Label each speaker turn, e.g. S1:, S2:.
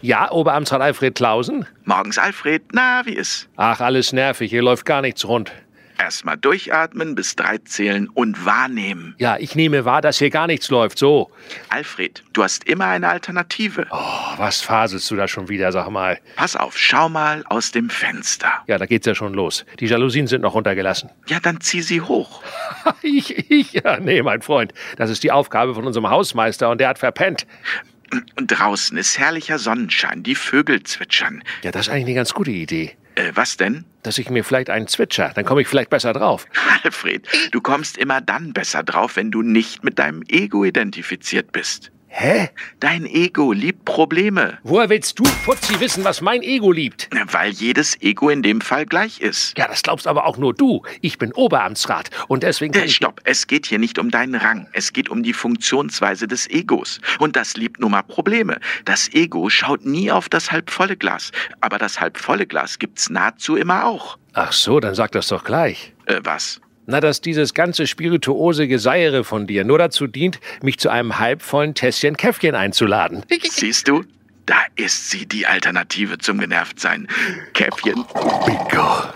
S1: Ja, Oberamtsrat Alfred Klausen?
S2: Morgens Alfred, na, wie ist?
S1: Ach, alles nervig, hier läuft gar nichts rund.
S2: Erstmal durchatmen, bis drei zählen und wahrnehmen.
S1: Ja, ich nehme wahr, dass hier gar nichts läuft, so.
S2: Alfred, du hast immer eine Alternative.
S1: Oh, was faselst du da schon wieder, sag mal?
S2: Pass auf, schau mal aus dem Fenster.
S1: Ja, da geht's ja schon los. Die Jalousien sind noch runtergelassen.
S2: Ja, dann zieh sie hoch.
S1: ich, ich, ja, nee, mein Freund. Das ist die Aufgabe von unserem Hausmeister und der hat verpennt.
S2: Und draußen ist herrlicher Sonnenschein, die Vögel zwitschern.
S1: Ja, das ist eigentlich eine ganz gute Idee.
S2: Äh, was denn?
S1: Dass ich mir vielleicht einen zwitscher, dann komme ich vielleicht besser drauf.
S2: Alfred, du kommst immer dann besser drauf, wenn du nicht mit deinem Ego identifiziert bist.
S1: Hä?
S2: Dein Ego liebt Probleme.
S1: Woher willst du, Putzi, wissen, was mein Ego liebt?
S2: Weil jedes Ego in dem Fall gleich ist.
S1: Ja, das glaubst aber auch nur du. Ich bin Oberamtsrat und deswegen. kann
S2: Äh,
S1: ich-
S2: Stopp, es geht hier nicht um deinen Rang, es geht um die Funktionsweise des Egos. Und das liebt nun mal Probleme. Das Ego schaut nie auf das halbvolle Glas, aber das halbvolle Glas gibt's nahezu immer auch.
S1: Ach so, dann sag das doch gleich.
S2: Äh, was?
S1: Na, dass dieses ganze spirituose Geseiere von dir nur dazu dient, mich zu einem halbvollen Tässchen Käffchen einzuladen.
S2: Siehst du? Da ist sie, die Alternative zum Genervtsein. Käffchen.
S1: Bingo.